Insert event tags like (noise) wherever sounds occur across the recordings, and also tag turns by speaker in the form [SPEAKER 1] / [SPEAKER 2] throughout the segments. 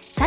[SPEAKER 1] さ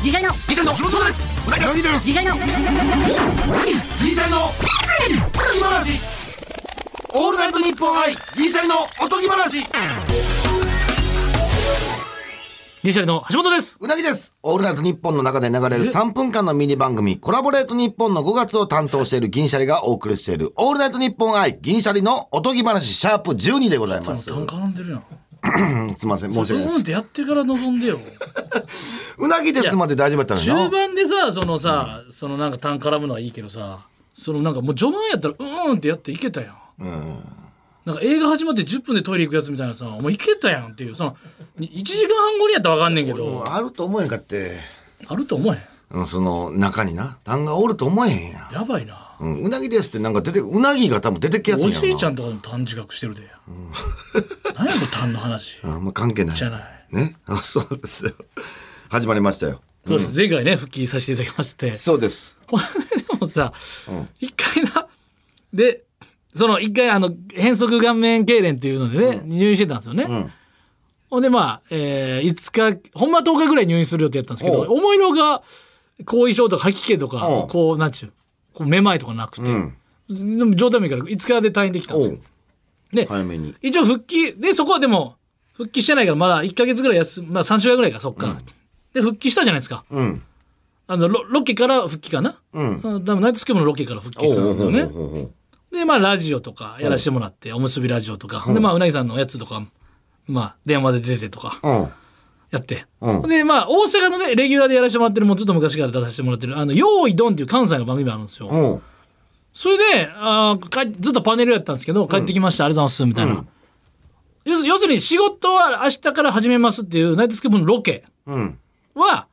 [SPEAKER 2] ギリシャリの
[SPEAKER 3] ギリシャリのそうです何
[SPEAKER 2] ギ
[SPEAKER 3] で
[SPEAKER 2] リシャリの
[SPEAKER 3] ギリシャリのおとぎ話オールナイトニッポン愛ギリシャリのおとぎ話
[SPEAKER 4] ギリシャリの橋本です。
[SPEAKER 3] うなぎですオールナイトニッポンの中で流れる3分間のミニ番組コラボレートニッポンの5月を担当している銀シャリがお送りしているオールナイトニッポン愛銀シャリのおとぎ話シャープ12でございます
[SPEAKER 4] 単絡んでるやん。
[SPEAKER 3] うんすいません申し訳
[SPEAKER 4] う
[SPEAKER 3] ないで
[SPEAKER 4] んっ
[SPEAKER 3] す
[SPEAKER 4] てやってから望んでよ。
[SPEAKER 3] うなぎですまで大丈夫だったの
[SPEAKER 4] 中
[SPEAKER 3] にな
[SPEAKER 4] 盤でさ、そのさ、そのなんか単絡むのはいいけどさ、そのなんかもう序盤やったらうーんってやっていけたやん。なんか映画始まって10分でトイレ行くやつみたいなさ、もういけたやんっていう、その、1時間半後にやったらわかんねんけ
[SPEAKER 3] もう
[SPEAKER 4] ど、
[SPEAKER 3] あると思えんかって
[SPEAKER 4] あると思えん。
[SPEAKER 3] うんその中にな単がおると思えへんやん
[SPEAKER 4] やばいな。
[SPEAKER 3] うん、うなぎですってなんか出てうなぎが多分出てきやすいん
[SPEAKER 4] お
[SPEAKER 3] やろな
[SPEAKER 4] じいちゃんとかでも単自覚してるで。何やこの単の話。
[SPEAKER 3] あんま関係ない
[SPEAKER 4] じゃない
[SPEAKER 3] ね (laughs) あそうですよ始まりましたよ
[SPEAKER 4] そうです。前回ね、復帰させていただきまして。
[SPEAKER 3] そうです
[SPEAKER 4] これでもさ、一回な、で、その一回あの、変則顔面痙攣っていうのでね、入院してたんですよね。ほんでまあ、えー、5日、ほんま10日ぐらい入院する予定やったんですけど、
[SPEAKER 3] おう
[SPEAKER 4] 思いのほが、後遺症とか吐き気とか
[SPEAKER 3] おう、
[SPEAKER 4] こう、なんちゅう、こうめまいとかなくて、でも状態もいいから5日で退院できたん
[SPEAKER 3] お
[SPEAKER 4] ですよ
[SPEAKER 3] う。
[SPEAKER 4] で、
[SPEAKER 3] 早めに
[SPEAKER 4] 一応復帰でそこはでも復帰してないからまだ1か月ぐらい休むまあ3週間ぐらいかそっから、で復帰したじゃないですか、
[SPEAKER 3] ん
[SPEAKER 4] あのロロケから復帰かな、うん、多分ナイトスケボーのロケから復帰したんですよねでまあラジオとかやらせてもらっておむすびラジオとか、でまあうなぎさんのやつとかまあ電話で出てとか
[SPEAKER 3] うん
[SPEAKER 4] やって、
[SPEAKER 3] うん
[SPEAKER 4] でまあ大阪のねレギュラーでやらせてもらってるもうずっと昔から出させてもらってる「あの用意ドン」っていう関西の番組があるんですよ、
[SPEAKER 3] うん
[SPEAKER 4] それであーかずっとパネルやったんですけど帰ってきました、ありがとうございますみたいな、要す要するに仕事は明日から始めますっていうナイトスケープのロケ
[SPEAKER 3] うん
[SPEAKER 4] は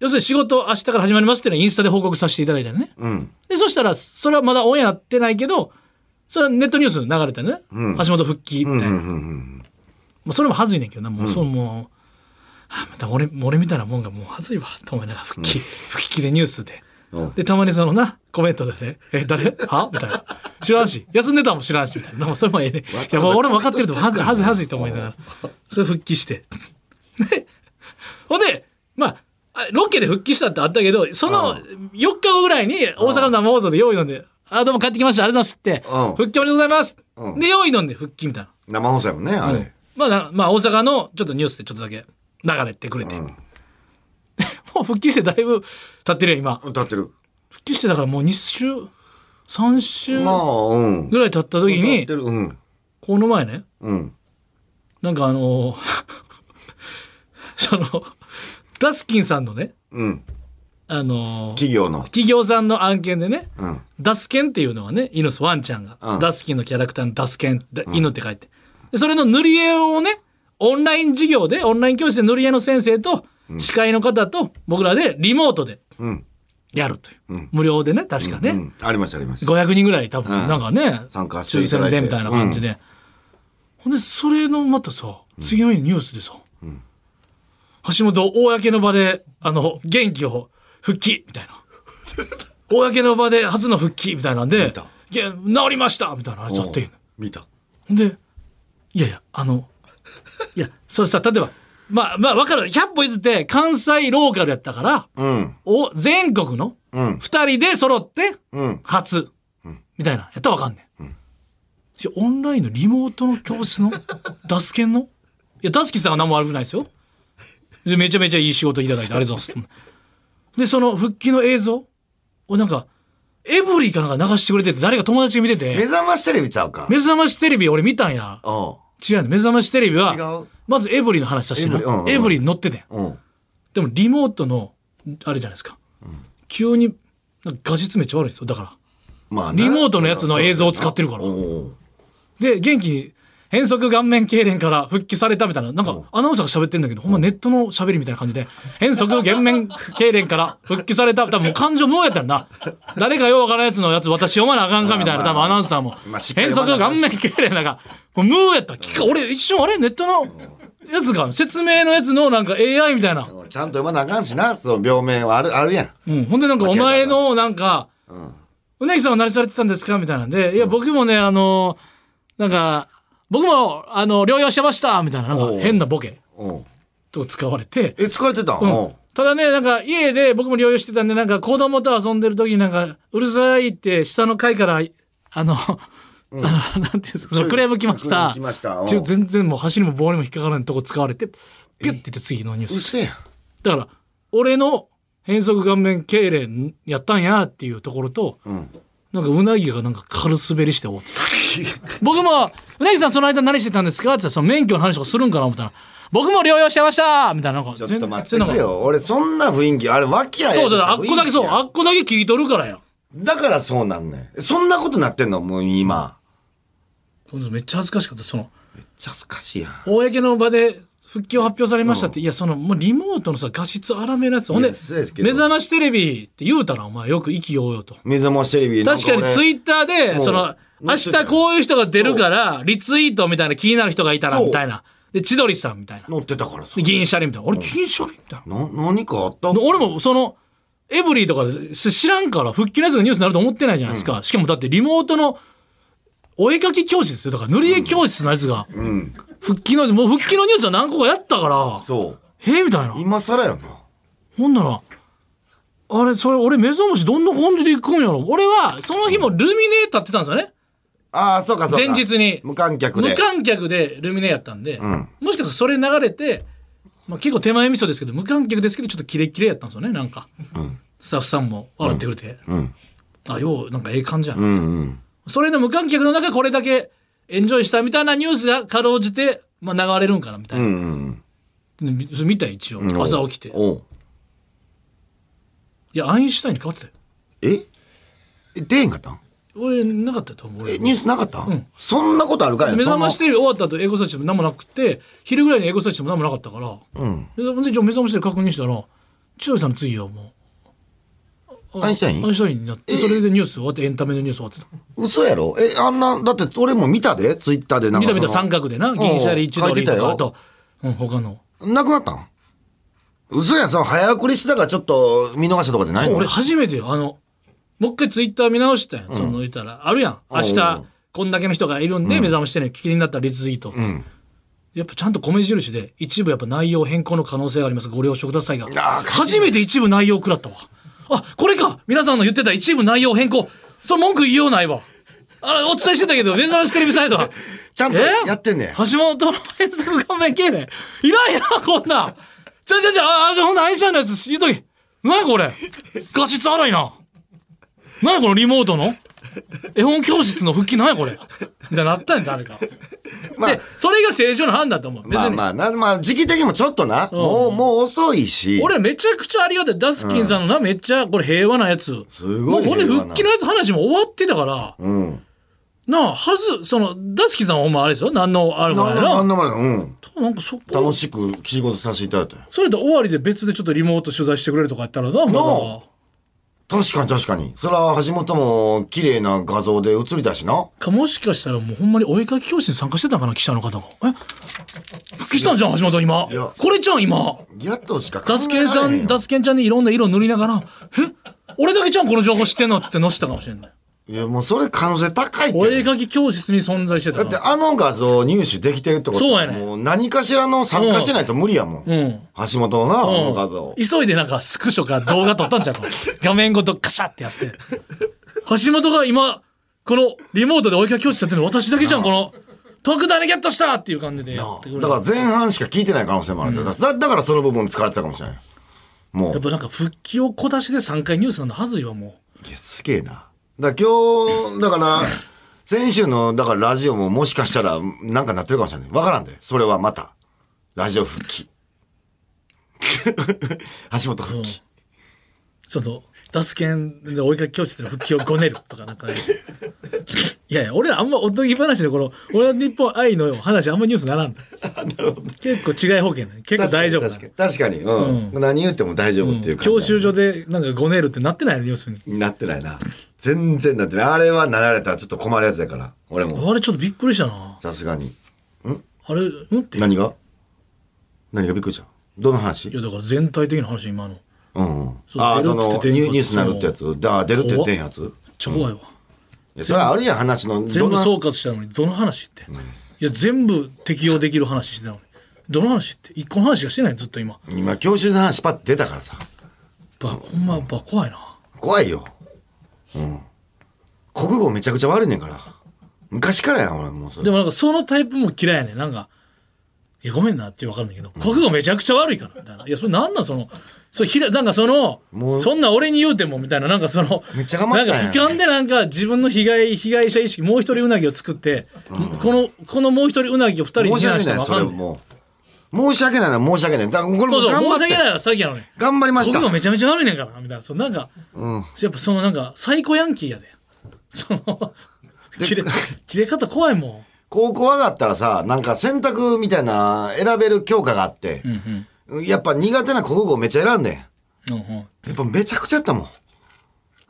[SPEAKER 4] 要するに仕事明日から始まりますっていうのはインスタで報告させていただいたのね、
[SPEAKER 3] うん
[SPEAKER 4] でそしたらそれはまだオンエアやってないけどそれはネットニュースに流れたのね、橋本復帰みたいな、もうそれもはずいねんけどなもう、そうもうあまた俺俺みたいなもんがもうはずいわと思いながら復帰、復帰でニュース
[SPEAKER 3] う
[SPEAKER 4] で、
[SPEAKER 3] ん
[SPEAKER 4] でたまにそのなコメントでね「え誰 (laughs) は?」みたいな「知らんし休んでたもん知らんし」みたいなもうそれもええねいやもう俺も分かってるとはずはずはずいと思いながらそれ復帰してでほんでまああロケで復帰したってあったけどその4日後ぐらいに大阪の生放送で用意飲んで「あどうも帰ってきましたありがとうございます」
[SPEAKER 3] うん
[SPEAKER 4] って「復帰おめでとうございます」
[SPEAKER 3] うん
[SPEAKER 4] で用意飲んで復帰みたいな。
[SPEAKER 3] 生放送やもんねあれ、
[SPEAKER 4] まあな、まあ、大阪のちょっとニュースでちょっとだけ流れてくれて、 (laughs) もう復帰してだいぶ経ってるよ今
[SPEAKER 3] 歌ってる
[SPEAKER 4] 復帰してだからもう2週3週
[SPEAKER 3] まあうん
[SPEAKER 4] ぐらい経った時
[SPEAKER 3] 歌っ
[SPEAKER 4] に、
[SPEAKER 3] てるうん
[SPEAKER 4] この前ね
[SPEAKER 3] うん
[SPEAKER 4] なんかあのー (laughs) そのダスキンさんのね
[SPEAKER 3] うん
[SPEAKER 4] あのー
[SPEAKER 3] 企業の
[SPEAKER 4] 企業さんの案件でね、
[SPEAKER 3] うん
[SPEAKER 4] ダスケンっていうのはね犬ワンちゃんが、
[SPEAKER 3] うん
[SPEAKER 4] ダスキンのキャラクターのダスケン、で犬って書いてでそれの塗り絵をねオンライン授業でオンライン教室で塗り絵の先生と、司会の方と僕らでリモートで
[SPEAKER 3] うん
[SPEAKER 4] やるという、無料でね確かね、
[SPEAKER 3] うんありましたありました
[SPEAKER 4] 500人ぐらい多分、
[SPEAKER 3] うん
[SPEAKER 4] なんかね
[SPEAKER 3] 参加して
[SPEAKER 4] 抽
[SPEAKER 3] いただい
[SPEAKER 4] 選
[SPEAKER 3] て
[SPEAKER 4] でみたいな感じで、ほんでそれのまたさ次の日にニュースでさ、橋本公の場であの元気を復帰み
[SPEAKER 3] (laughs)
[SPEAKER 4] たいな公の場で初の復帰みたいなんで
[SPEAKER 3] た
[SPEAKER 4] 「いや治りました!」みたいなやつやってんの
[SPEAKER 3] 見た
[SPEAKER 4] ほんでいやいやあのいやそうさ例えばまあまあ分かる100歩譲って関西ローカルやったから、
[SPEAKER 3] うん
[SPEAKER 4] お全国の
[SPEAKER 3] うん
[SPEAKER 4] 2人で揃って
[SPEAKER 3] うん
[SPEAKER 4] 初、みたいなやったらわかんねん、しオンラインのリモートの教室のダスケンのいやダスキさんは何も悪くないですよでめちゃめちゃいい仕事いただいてありがとうございますでその復帰の映像をなんかエブリィかなんか流してくれてて、誰か友達が見て
[SPEAKER 3] 目
[SPEAKER 4] て、
[SPEAKER 3] 覚ましテレビちゃうか。
[SPEAKER 4] 目覚ましテレビ俺見たんや。
[SPEAKER 3] お
[SPEAKER 4] 違うね。目覚ましテレビ
[SPEAKER 3] 違
[SPEAKER 4] は
[SPEAKER 3] う、
[SPEAKER 4] まずエブリィの話させて
[SPEAKER 3] エブリィうんうん
[SPEAKER 4] なエブリィに乗っててん。
[SPEAKER 3] ううん。
[SPEAKER 4] でもリモートの、あれじゃないですか。急に、なんか画質めっちゃ悪いんですよ。だから。
[SPEAKER 3] まあな
[SPEAKER 4] リモートのやつの映像を使ってるから
[SPEAKER 3] お。う
[SPEAKER 4] で、元気に、変則顔面痙攣から復帰されたみたいな、なんかアナウンサーが喋ってんだけど、ほんまネットの喋りみたいな感じで、変則顔面痙攣から復帰された、多分もう感情無やったらな。誰かようわからんやつのやつ私読まなあかんかみたいな、
[SPEAKER 3] まあま
[SPEAKER 4] 多分
[SPEAKER 3] あ
[SPEAKER 4] アナウンサーも
[SPEAKER 3] まあしっ。かり
[SPEAKER 4] 変則
[SPEAKER 3] 読ま
[SPEAKER 4] 顔
[SPEAKER 3] なあか
[SPEAKER 4] 面
[SPEAKER 3] ん
[SPEAKER 4] 痙攣なんか、もう無やったら聞か、俺一瞬あれネットのやつが、説明のやつのなんか AI みたいな。
[SPEAKER 3] おうちゃんと読まなあかんしな、その病名はある、あるやん。
[SPEAKER 4] うん、ほんでなんかお前のなんか、うなぎさんは何されてたんですかみたいなんで、いや、僕もね、あの、なんか、僕も、あの、療養してましたみたいな、なん
[SPEAKER 3] お
[SPEAKER 4] か
[SPEAKER 3] う
[SPEAKER 4] 変なボケ
[SPEAKER 3] おう
[SPEAKER 4] と使われて、
[SPEAKER 3] え、使えてたん
[SPEAKER 4] うん
[SPEAKER 3] おう
[SPEAKER 4] ただね、なんか家で僕も療養してたんで、なんか子供と遊んでる時になんか、うるさいって下の階から、あの、あのなんていうんですか、そのクレーム来まし
[SPEAKER 3] クレー
[SPEAKER 4] た。
[SPEAKER 3] ム来ましたおう
[SPEAKER 4] ちょ全然もう走りも棒にも引っかからんとこ使われて、ピュッて言って次のニュ
[SPEAKER 3] う
[SPEAKER 4] ース。
[SPEAKER 3] せえや (laughs) ん。
[SPEAKER 4] だから俺の変則顔面痙攣やったんやっていうところと、なんかうなぎがなんか軽滑りして終わってた僕も「うなぎさんその間何してたんですか?」って言ったらその免許の話とかするんかな思ったら「僕も療養してました!」みたいななんか
[SPEAKER 3] ちょっと待
[SPEAKER 4] 全
[SPEAKER 3] ってく
[SPEAKER 4] 然
[SPEAKER 3] れ
[SPEAKER 4] なんか
[SPEAKER 3] よ。俺、そんな雰囲気、あれ、脇や
[SPEAKER 4] そうそうあっこだけそうあ
[SPEAKER 3] う。
[SPEAKER 4] っこだけ聞いとるからや
[SPEAKER 3] だからそうなんねん。そんなことなってんのもう今。
[SPEAKER 4] めっちゃ恥ずかしかったその
[SPEAKER 3] めっちゃ恥ずかしいやん。
[SPEAKER 4] 公の場で復帰を発表されましたって、いやそのもうリモートのさ画質荒めのやつほん
[SPEAKER 3] い
[SPEAKER 4] で
[SPEAKER 3] やそうですけ
[SPEAKER 4] 「
[SPEAKER 3] ど
[SPEAKER 4] 目覚ましテレビ」って言うたらお前よく意気揚々と。
[SPEAKER 3] 目覚ましテレビ
[SPEAKER 4] 確かにツイ
[SPEAKER 3] ッ
[SPEAKER 4] ッターで、
[SPEAKER 3] うん
[SPEAKER 4] その、明日こういう人が出るから、リツイートみたいな気になる人がいたら、
[SPEAKER 3] そう
[SPEAKER 4] みたいな。で、千鳥さんみたいな。
[SPEAKER 3] 乗ってたからさ
[SPEAKER 4] で。銀シャリみたいな。俺、銀シャリみたいな。
[SPEAKER 3] な、何かあった
[SPEAKER 4] 俺も、その、エブリィとかでし知らんから、復帰のやつがニュースになると思ってないじゃないですか。しかもだって、リモートの、お絵描き教室ですよ。だから、塗り絵教室のやつが、
[SPEAKER 3] うん。
[SPEAKER 4] 復帰の、もう復帰のニュースは何個かやったから、
[SPEAKER 3] そう。
[SPEAKER 4] えみたいな。
[SPEAKER 3] 今更やな。
[SPEAKER 4] ほんなら、あれ、それ、俺、目覚ましどんな感じで行くんやろ俺は、その日もルミネーターってたんですよね。
[SPEAKER 3] ああ、そうかそうか。
[SPEAKER 4] 前日に
[SPEAKER 3] 無観客で。
[SPEAKER 4] 無観客でルミネやったんで、
[SPEAKER 3] ん
[SPEAKER 4] もしかしたらそれ流れて、まあ、結構手前味噌ですけど無観客ですけどちょっとキレッキレやったんですよねなんか、スタッフさんも笑ってくれて、
[SPEAKER 3] ん
[SPEAKER 4] あようなんかええ感じやん、
[SPEAKER 3] うんうん。
[SPEAKER 4] それの無観客の中これだけエンジョイしたみたいなニュースがかろうじて、まあ、流れるんかなみたい
[SPEAKER 3] うんう
[SPEAKER 4] な、
[SPEAKER 3] ん
[SPEAKER 4] みそれ見たよ一応
[SPEAKER 3] うん。
[SPEAKER 4] 朝起きてい
[SPEAKER 3] おう
[SPEAKER 4] やアインシュタインに変わってたよ
[SPEAKER 3] ええ出へんかったん
[SPEAKER 4] 俺なかったと思う俺
[SPEAKER 3] え、ニュースなかったんそんなことあるかいな
[SPEAKER 4] 目覚まし
[SPEAKER 3] そ
[SPEAKER 4] テレビ終わった後英語サーチでも何もなくて昼ぐらいに英語サーチでも何もなかったから、
[SPEAKER 3] ん
[SPEAKER 4] ででじゃあ目覚ましテレビ確認したら千鳥さんの次はもうあ
[SPEAKER 3] アインシュタイン
[SPEAKER 4] アインシュタインになってそれでニュース終わってエンタメのニュース終わってた
[SPEAKER 3] の嘘やろえ、あんな、だって俺も見たで、ツイッターでなん
[SPEAKER 4] 見
[SPEAKER 3] か
[SPEAKER 4] た
[SPEAKER 3] その。
[SPEAKER 4] 見た三角でな銀シャリ一
[SPEAKER 3] 書い
[SPEAKER 4] 鳥
[SPEAKER 3] てた
[SPEAKER 4] とか
[SPEAKER 3] よ
[SPEAKER 4] あと、うん、他の
[SPEAKER 3] なくなったん嘘やん、その早送りしてたからちょっと見逃したとかじゃないの
[SPEAKER 4] 俺初めてよあのもう一回ツイッター見直したやん、その言ったらあるやん明
[SPEAKER 3] おうお
[SPEAKER 4] 日
[SPEAKER 3] う
[SPEAKER 4] こんだけの人がいるんで目覚ましテレビ気になったらリツイート、やっぱちゃんと米印で一部やっぱ内容変更の可能性がありますご了承くださいが
[SPEAKER 3] あー
[SPEAKER 4] 初めて一部内容食らったわあこれか皆さんの言ってた一部内容変更それ文句言いようないわあお伝えしてたけど目覚ましテレビサイトは
[SPEAKER 3] ちゃんと
[SPEAKER 4] え
[SPEAKER 3] やってんねん。
[SPEAKER 4] 橋本の変則顔面経ねいらんやろこんなんじゃあじゃあじゃああじゃあほんならアインシャインのやつ言うとき何これ画質荒いな何このリモートの絵本教室の復帰何やこれみたいななったんや誰か
[SPEAKER 3] まあ
[SPEAKER 4] で、それが正常な判断だと思う別に、
[SPEAKER 3] まあまあな、まあ時期的にもちょっとな、もう、もう遅いし。
[SPEAKER 4] 俺めちゃくちゃありがたいダスキンさんのな、めっちゃこれ平和なやつ
[SPEAKER 3] すごい
[SPEAKER 4] もうほんで
[SPEAKER 3] 平和な
[SPEAKER 4] 復帰のやつ話も終わってたから、
[SPEAKER 3] うん。
[SPEAKER 4] なあはずそのダスキンさんはほんまあれですよ何のあれも
[SPEAKER 3] な
[SPEAKER 4] ない
[SPEAKER 3] ん
[SPEAKER 4] な
[SPEAKER 3] だなんだまだ、うん。
[SPEAKER 4] なんかそこ
[SPEAKER 3] 楽しく仕事させていただいたよ。
[SPEAKER 4] それと終わりで別でちょっとリモート取材してくれるとかやったらな、まだ
[SPEAKER 3] 確かに確かに。それは橋本も綺麗な画像で映りだしな。
[SPEAKER 4] かもしかしたらもうほんまにお絵描き教室に参加してたんかな記者の方がえ復帰したんじゃん橋本今
[SPEAKER 3] いや
[SPEAKER 4] これじゃん今
[SPEAKER 3] やっとしか考
[SPEAKER 4] ダスケンさ
[SPEAKER 3] えられへ
[SPEAKER 4] ん
[SPEAKER 3] よ
[SPEAKER 4] ダスケンちゃんにいろんな色を塗りながら「え俺だけじゃんこの情報知ってんの」っつって載せたかもしれない
[SPEAKER 3] いや、もうそれ可能性高いって。
[SPEAKER 4] お絵描き教室に存在して
[SPEAKER 3] だ
[SPEAKER 4] た
[SPEAKER 3] って
[SPEAKER 4] な
[SPEAKER 3] あの画像入手できてるってこと
[SPEAKER 4] そうやねん
[SPEAKER 3] もう何かしらの参加してないと無理やもん。
[SPEAKER 4] うん
[SPEAKER 3] 橋本のな、あ
[SPEAKER 4] う
[SPEAKER 3] の
[SPEAKER 4] ん
[SPEAKER 3] 画像。
[SPEAKER 4] 急いでなんかスクショか動画撮ったん
[SPEAKER 3] (laughs)
[SPEAKER 4] じゃん画面ごとカシャってやって橋本が今このリモートでお絵描き教室やってるの私だけじゃんこの特ダネゲットしたっていう感じでやってくれる
[SPEAKER 3] だから前半しか聞いてない可能性もあるけど、だだからその部分使われてたかもしれない。も
[SPEAKER 4] やっ
[SPEAKER 3] う、
[SPEAKER 4] ぱなんか復帰を小出しで3回ニュースなんだはずいわも
[SPEAKER 3] いやすげえな。だから今日、だから、 (laughs) 先週の、だからラジオももしかしたら、なんかなってるかもしれない。わからんで。それはまた。ラジオ復帰。 (laughs) 橋本復帰。
[SPEAKER 4] ちょっと、脱剣で追いかけ落ちてる復帰をごねるとかなん
[SPEAKER 3] (laughs)
[SPEAKER 4] かね、いやいや、俺らあんまおとぎ話でこの、俺は日本愛の話あんまニュースなら
[SPEAKER 3] (laughs)
[SPEAKER 4] んの。結構違い保険ね。結構大丈夫なの
[SPEAKER 3] 確かに。確かに。うん。何言っても大丈夫っていう感じ、
[SPEAKER 4] 教習所でなんかごねるってなってないのニュースに。
[SPEAKER 3] なってないな。全然なってない。あれはなられたらちょっと困るやつやから。俺も。
[SPEAKER 4] あれちょっとびっくりしたな。
[SPEAKER 3] さすがに。
[SPEAKER 4] あれ、うんって。い
[SPEAKER 3] 何が何がびっくりしたどの話
[SPEAKER 4] や、だから全体的な話、今の。
[SPEAKER 3] うんうん。
[SPEAKER 4] そう
[SPEAKER 3] ああ、
[SPEAKER 4] 出
[SPEAKER 3] そ
[SPEAKER 4] るっ
[SPEAKER 3] の、
[SPEAKER 4] つ
[SPEAKER 3] ニ
[SPEAKER 4] って
[SPEAKER 3] ュニュースになるってやつ。だ出るって出んやつ。
[SPEAKER 4] 超怖いわ。
[SPEAKER 3] いやそれはあるやん、話の。
[SPEAKER 4] 全部
[SPEAKER 3] どんな
[SPEAKER 4] 総括したのに、どの話って。いや、全部適用できる話してたのに。どの話って。一個の話がしてないのずっと今。
[SPEAKER 3] 今、教習の話パッて出たからさ。
[SPEAKER 4] ば、ほんま、ば、怖いな。
[SPEAKER 3] 怖いよ。うん。国語めちゃくちゃ悪いねんから。昔からやん、俺もうそ
[SPEAKER 4] で
[SPEAKER 3] れ。
[SPEAKER 4] もなんかそのタイプも嫌いやねんなんか、いや、ごめんなって分かるんだけど、国語めちゃくちゃ悪いから、みたいな。いや、それなんなんその、それひら、なんかその
[SPEAKER 3] も、う
[SPEAKER 4] そんな俺に言うても、みたいな、なんかその、
[SPEAKER 3] めっちゃ頑張ったんや
[SPEAKER 4] なんか俯瞰でなんか自分の被害、被害者意識、もう一人うなぎを作って、この、このもう一人うなぎを二人に
[SPEAKER 3] 申し
[SPEAKER 4] 避難
[SPEAKER 3] 訳
[SPEAKER 4] して
[SPEAKER 3] な
[SPEAKER 4] も
[SPEAKER 3] い、
[SPEAKER 4] 分
[SPEAKER 3] そ
[SPEAKER 4] か
[SPEAKER 3] れ
[SPEAKER 4] んねん。
[SPEAKER 3] もう。申し訳ないな、申し訳ない。だからこれ
[SPEAKER 4] そ
[SPEAKER 3] も
[SPEAKER 4] うそう、
[SPEAKER 3] 頑張
[SPEAKER 4] 申
[SPEAKER 3] っ
[SPEAKER 4] し訳ない
[SPEAKER 3] て。
[SPEAKER 4] な、詐欺やのに。
[SPEAKER 3] 頑張りまし
[SPEAKER 4] 国
[SPEAKER 3] た。
[SPEAKER 4] 語めちゃめちゃ悪いねんからな、みたいな。そうなんか、
[SPEAKER 3] うん。
[SPEAKER 4] やっぱそのなんか、サイコヤンキーやで。その、切れ、切れ方怖いもん。
[SPEAKER 3] 高校上がったらさ、なんか選択みたいな選べる教科があって、やっぱ苦手な国語めっちゃ選んでん。
[SPEAKER 4] うんうん。
[SPEAKER 3] やっぱめちゃくちゃやったも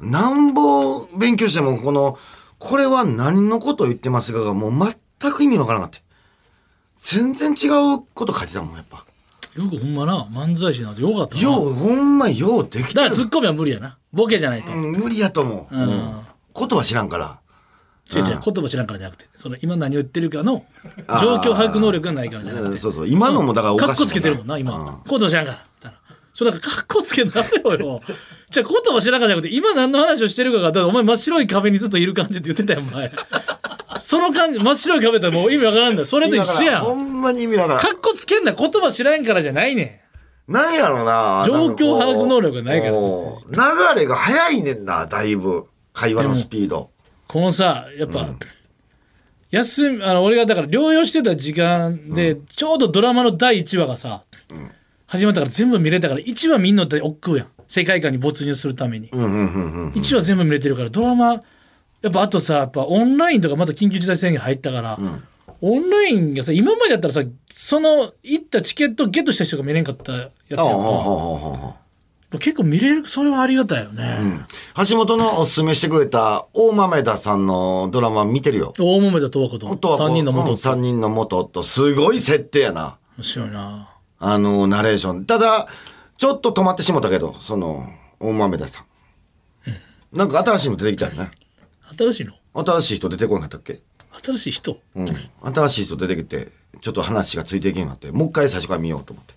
[SPEAKER 3] ん。なんぼ勉強しても、この、これは何のことを言ってますかがもう全く意味わからなかった。全然違うこと書いてたもん、やっぱ。
[SPEAKER 4] よくほんまな、漫才師なんてよかったな。
[SPEAKER 3] よう、ほんまようできた
[SPEAKER 4] だからツッコミは無理やな。ボケじゃないと。
[SPEAKER 3] うん、無理やと思う。
[SPEAKER 4] ん
[SPEAKER 3] うんことは知らんから。
[SPEAKER 4] 違う違う、言葉知らんからじゃなくて、その今何を言ってるかの状況把握能力がないからじゃなく
[SPEAKER 3] う
[SPEAKER 4] て
[SPEAKER 3] ん。そうそう。今のもだからお
[SPEAKER 4] か
[SPEAKER 3] か
[SPEAKER 4] っ
[SPEAKER 3] しい
[SPEAKER 4] こつけてるもんな、今。言葉知らんから。みたいなそうだからかっこつけんなよよ。じゃあ言葉知らんからじゃなくて、今何の話をしてるかが、だからお前真っ白い壁にずっといる感じって言ってたよ、お
[SPEAKER 3] (laughs)
[SPEAKER 4] 前。その感じ、真っ白い壁ってもう意味わからんだよ。それと一緒やん。
[SPEAKER 3] ほ
[SPEAKER 4] か
[SPEAKER 3] んまに意味わからん。
[SPEAKER 4] っこつけんな、言葉知らんからじゃないね
[SPEAKER 3] なんやろうな
[SPEAKER 4] 状況把握能力がないから
[SPEAKER 3] こう流れが早いねんな、だいぶ。会話のスピード。
[SPEAKER 4] ん。このさ、やっぱ、休み、あの、俺がだから療養してた時間で、ちょうどドラマの第1話がさ、始まったから全部見れたから、1話見んのって億劫やん。世界観に没入するために。
[SPEAKER 3] うんうんうんうん。
[SPEAKER 4] 1話全部見れてるからドラマやっぱあとさやっぱオンラインとかまた緊急事態宣言入ったから、オンラインがさ今までだったらさその行ったチケットをゲットした人が見れんかったやつやん
[SPEAKER 3] あああああ
[SPEAKER 4] か
[SPEAKER 3] あああ
[SPEAKER 4] 結構見れるそれはありがたいよ
[SPEAKER 3] う
[SPEAKER 4] ね、
[SPEAKER 3] ん橋本のおすすめしてくれた大豆田さんのドラマ見てるよ。
[SPEAKER 4] 大豆田とわ子と
[SPEAKER 3] 夫はこう
[SPEAKER 4] 3人の元
[SPEAKER 3] うん三人の元夫。すごい設定やな。
[SPEAKER 4] 面白いな
[SPEAKER 3] あの、ナレーション。ただ、ちょっと止まってしもたけど、その、大豆田さん。なんか新しいの出てきたよね。
[SPEAKER 4] 新しいの
[SPEAKER 3] 新しい人出てこなかったっけ
[SPEAKER 4] 新しい人
[SPEAKER 3] うん。新しい人出てきて、ちょっと話がついていけんようになって、もう一回最初から見ようと思って。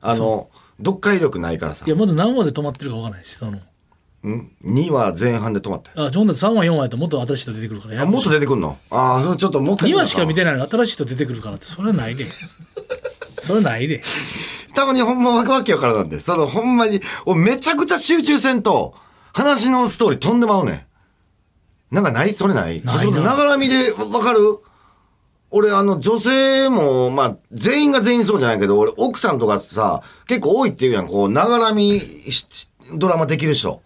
[SPEAKER 3] あの、読解力ないからさ
[SPEAKER 4] い。やまず何話で止まってるかわからないしその
[SPEAKER 3] うん。2は前半で止まって。
[SPEAKER 4] あジョンだって3話4話やともっと新しい人出てくるからや
[SPEAKER 3] あ、もっと出てくんのああ、それちょっともう一回
[SPEAKER 4] 2話しか見
[SPEAKER 3] て
[SPEAKER 4] てないのに新しい人出てくるからってそれはないでそれはないで
[SPEAKER 3] たまにほんまわけわけわからなんで、そのほんまに、おめちゃくちゃ集中せんと、話のストーリー飛んでまうねん。なんかないそれない
[SPEAKER 4] ないな
[SPEAKER 3] 橋本ながら見でわわかる俺、あの、女性も、まあ、全員が全員そうじゃないけど、俺、奥さんとかさ、結構多いって言うやん。こう、ながらみし、ドラマできる人。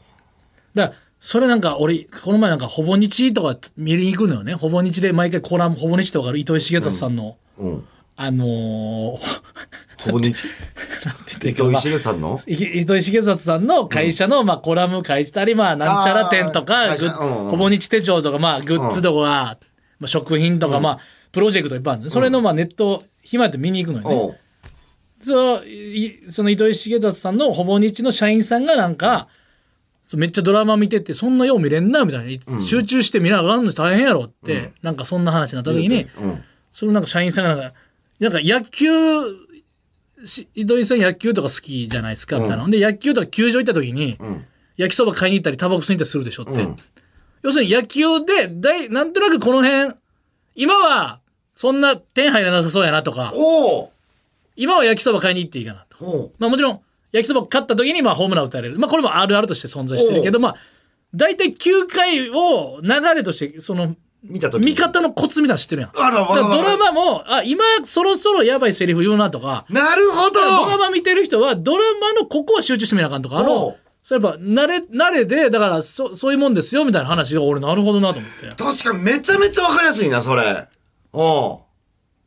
[SPEAKER 4] だからそれなんか俺この前なんかほぼ日とか見に行くのよねほぼ日で毎回コラムほぼ日とかある糸井重里さんの、
[SPEAKER 3] うん。
[SPEAKER 4] あのー、 (laughs)
[SPEAKER 3] ほぼ日。
[SPEAKER 4] なんて言ってん
[SPEAKER 3] 伊
[SPEAKER 4] けど
[SPEAKER 3] 藤
[SPEAKER 4] まあ
[SPEAKER 3] 石さんの
[SPEAKER 4] い糸井重里さんの会社の、まあ、コラム書いてたり、まあ、なんちゃら店と
[SPEAKER 3] あー
[SPEAKER 4] か、
[SPEAKER 3] 会社
[SPEAKER 4] グッ
[SPEAKER 3] うんうん
[SPEAKER 4] ほぼ日手帳とか、まあ、グッズとか、まあ、食品とか、まあ、プロジェクトいっぱいあるのねそれの、まあ、ネット、暇やって見に行くのよね。
[SPEAKER 3] おう
[SPEAKER 4] そのいその糸井重達さんのほぼ日の社員さんがなんか、そうめっちゃドラマ見ててそんなよう見れんなみたいな、集中して見なあかんの大変やろって、なんかそんな話になった時に、
[SPEAKER 3] うん。
[SPEAKER 4] そのなんか社員さんがなんかなんか野球し糸井さん野球とか好きじゃないですかみたいな、で野球とか球場行った時に、焼きそば買いに行ったりタバコ吸いに行ったりするでしょって、要するに野球でだいなんとなくこの辺今はそんな点入らなさそうやなとか
[SPEAKER 3] おう
[SPEAKER 4] 今は焼きそば買いに行っていいかなと。
[SPEAKER 3] おう
[SPEAKER 4] まあもちろん、焼きそば勝った時にまあホームラン打たれる。まあこれもあるあるとして存在してるけど、まあ、大体9回を流れとして、その、
[SPEAKER 3] 見た時に
[SPEAKER 4] 見方のコツみたいなの知ってるやん。
[SPEAKER 3] あらわか
[SPEAKER 4] だ
[SPEAKER 3] る
[SPEAKER 4] か
[SPEAKER 3] わか
[SPEAKER 4] らド
[SPEAKER 3] る
[SPEAKER 4] ラマも、あ、今そろそろやばいセリフ言うなとか、
[SPEAKER 3] なるほ
[SPEAKER 4] だからドラ
[SPEAKER 3] ど
[SPEAKER 4] マ見てる人はドラマのここは集中してみなあかんとかあ
[SPEAKER 3] お
[SPEAKER 4] の
[SPEAKER 3] う
[SPEAKER 4] それやっぱ慣れ慣れでだからそそういうもんですよみたいな話が俺なるほどなと思って
[SPEAKER 3] 確かにめちゃめちゃわかりやすいな、それ。おう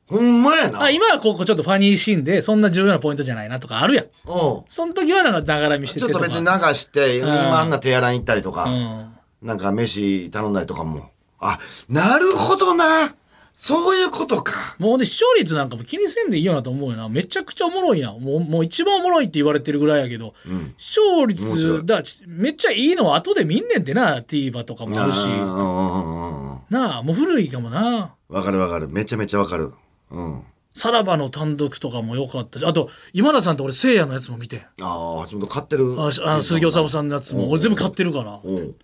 [SPEAKER 3] ほんまやな。
[SPEAKER 4] あ今はここちょっとファニーシーンでそんな重要なポイントじゃないなとかあるやん
[SPEAKER 3] おう
[SPEAKER 4] その時はなんかながら見して
[SPEAKER 3] ち
[SPEAKER 4] て
[SPEAKER 3] ょっ
[SPEAKER 4] と
[SPEAKER 3] と
[SPEAKER 4] か
[SPEAKER 3] 別に流して、今あんな手洗いに行ったりとか、
[SPEAKER 4] うん
[SPEAKER 3] なんか飯頼んだりとかも。あ、なるほどな。そういうことか。
[SPEAKER 4] もうね視聴率なんかも気にせんでいいよなと思うよなめちゃくちゃおもろいやんもうもう一番おもろいって言われてるぐらいやけど、視聴
[SPEAKER 3] 面白
[SPEAKER 4] 率
[SPEAKER 3] い
[SPEAKER 4] だちめっちゃいいのは後で見んねんてな TVer とかもあるし
[SPEAKER 3] うんうんうんうん
[SPEAKER 4] なあもう古いかもな
[SPEAKER 3] わかるわかる。めちゃめちゃわかる。うん。
[SPEAKER 4] さらばの単独とかも良かったしあと今田さんと俺せいやのやつも見てん
[SPEAKER 3] ああ、橋本買ってる。
[SPEAKER 4] あしあの鈴木治さんのやつも俺全部買ってるから
[SPEAKER 3] おう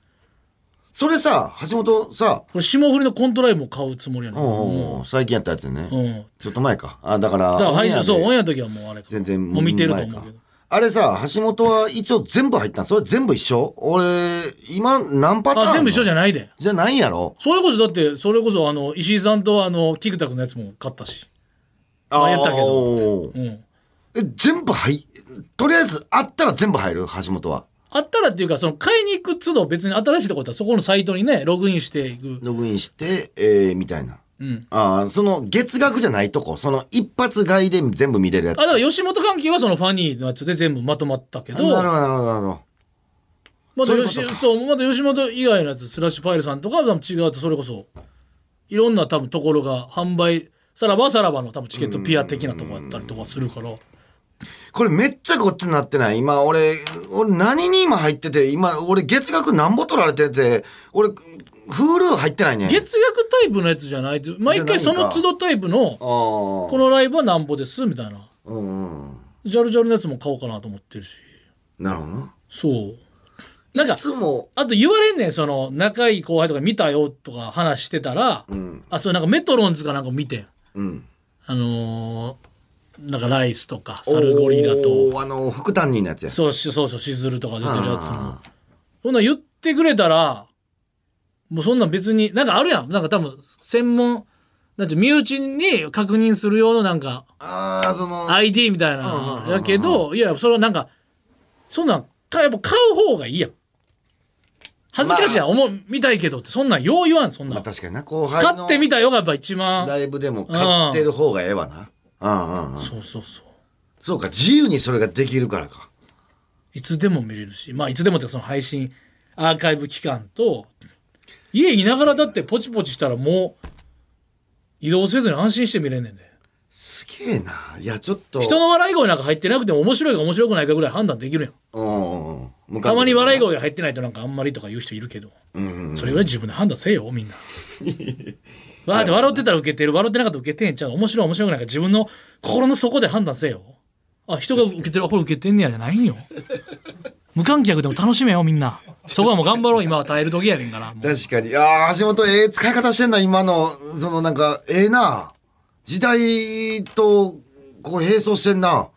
[SPEAKER 3] それさ、橋本さ、
[SPEAKER 4] 俺霜降りのコントライブも買うつもりやね
[SPEAKER 3] お
[SPEAKER 4] ん
[SPEAKER 3] うおう最近やったやつね。
[SPEAKER 4] うん
[SPEAKER 3] ちょっと前か。あ、だから、
[SPEAKER 4] だから配
[SPEAKER 3] オンエア
[SPEAKER 4] 信
[SPEAKER 3] で
[SPEAKER 4] そうオンエアの時はもうあれか
[SPEAKER 3] 全然
[SPEAKER 4] もう見てると
[SPEAKER 3] 前
[SPEAKER 4] 思
[SPEAKER 3] か
[SPEAKER 4] うけど
[SPEAKER 3] あれさ、橋本は一応全部入ったんそれ全部一緒俺、今何パターン
[SPEAKER 4] あ全部一緒じ
[SPEAKER 3] ゃ
[SPEAKER 4] ゃないで
[SPEAKER 3] じゃないんやろ
[SPEAKER 4] それこそだってそれこそあの石井さんとあの菊田君のやつも買ったしあやったけど
[SPEAKER 3] ど。
[SPEAKER 4] うん
[SPEAKER 3] え、全部入、とりあえずあったら全部入る橋本は。
[SPEAKER 4] あったらっていうかその買いに行く都度別に新しいとこだったらそこのサイトにねログインしていく
[SPEAKER 3] ログインして、えー、みたいな。
[SPEAKER 4] うん
[SPEAKER 3] ああ、その月額じゃないとこ、その一発買いで全部見れるやつ。
[SPEAKER 4] あだから吉本関係はそのファニーのやつで全部まとまったけど
[SPEAKER 3] なるほど、なるほど、なるほ
[SPEAKER 4] ま
[SPEAKER 3] そ
[SPEAKER 4] た
[SPEAKER 3] ういう
[SPEAKER 4] よ
[SPEAKER 3] こと
[SPEAKER 4] し
[SPEAKER 3] か
[SPEAKER 4] そうまた吉本以外のやつスラッシュパイルさんとかは多分違うとそれこそいろんな多分ところが販売さらばはさらばの多分チケットピア的なとこやったりとかするから
[SPEAKER 3] ど。これめっちゃこっちになってない今俺、俺何に今入ってて、今俺月額なんぼ取られてて、俺、Hulu 入ってないね。
[SPEAKER 4] 月額タイプのやつじゃない毎回その都度タイプの
[SPEAKER 3] ああ。
[SPEAKER 4] このライブはなんぼですみたいな
[SPEAKER 3] うんうん。
[SPEAKER 4] ジャルジャルのやつも買おうかなと思ってるし
[SPEAKER 3] なるほどな。
[SPEAKER 4] そうなんか
[SPEAKER 3] いつも、
[SPEAKER 4] あと言われんねんその仲いい後輩とか見たよとか話してたら、
[SPEAKER 3] ん
[SPEAKER 4] あそうなんかメトロンズかなんか見てん
[SPEAKER 3] うん。
[SPEAKER 4] あのーなんかライスとかサルゴリラと。
[SPEAKER 3] おー。あの、副担任のやつや。
[SPEAKER 4] そうしそうそうしずるとか出てるやつも
[SPEAKER 3] あー
[SPEAKER 4] そんなん言ってくれたらもうそんなん別になんかあるやんなんか多分専門なんていう身内に確認する用のなんか
[SPEAKER 3] あー、その、
[SPEAKER 4] ID みたい
[SPEAKER 3] うんうん
[SPEAKER 4] な
[SPEAKER 3] うんうん
[SPEAKER 4] やけどいやそれはなんかそんなんかやっぱ買う方がいいやん恥ずかしいやん、思う見たいけどってそんなんよう言わんそんな
[SPEAKER 3] まあ
[SPEAKER 4] ん買
[SPEAKER 3] 確かにな、後輩の。
[SPEAKER 4] ってみたよがやっぱ一番
[SPEAKER 3] ライブでも買ってる方がええわな。うんうんうん。
[SPEAKER 4] そうそうそう
[SPEAKER 3] そうか、自由にそれができるからか。
[SPEAKER 4] いつでも見れるし、まあいつでもっていうかその配信アーカイブ期間と、家いながらだってポチポチしたらもう移動せずに安心して見れんねんで。
[SPEAKER 3] すげえな。いや、ちょっと。
[SPEAKER 4] 人の笑い声なんか入ってなくても面白いか面白くないかぐらい判断できるやん。
[SPEAKER 3] うんうんうん。
[SPEAKER 4] たまに笑い
[SPEAKER 3] が。
[SPEAKER 4] 声が入ってないとなんかあんまりとか言う人いるけど、
[SPEAKER 3] うんうんうん。
[SPEAKER 4] それぐらい自分で判断せえよ、みん
[SPEAKER 3] (laughs)
[SPEAKER 4] な。わーって笑ってたら受けてる、笑ってなかったら受けてんちゃう。面白い面白くないか自分の心の底で判断せえよ。あ、人が受けてる、あ、これ受けてんねやじゃな
[SPEAKER 3] (laughs)
[SPEAKER 4] いんよ。無観客でも楽しめよ、みんな。そこはもう頑張ろう、今は耐える時やねんから。もう
[SPEAKER 3] 確かに。ああ、橋本、ええ使い方してんな、今の。その、なんか、ええな。時代と、こう、並走してんな。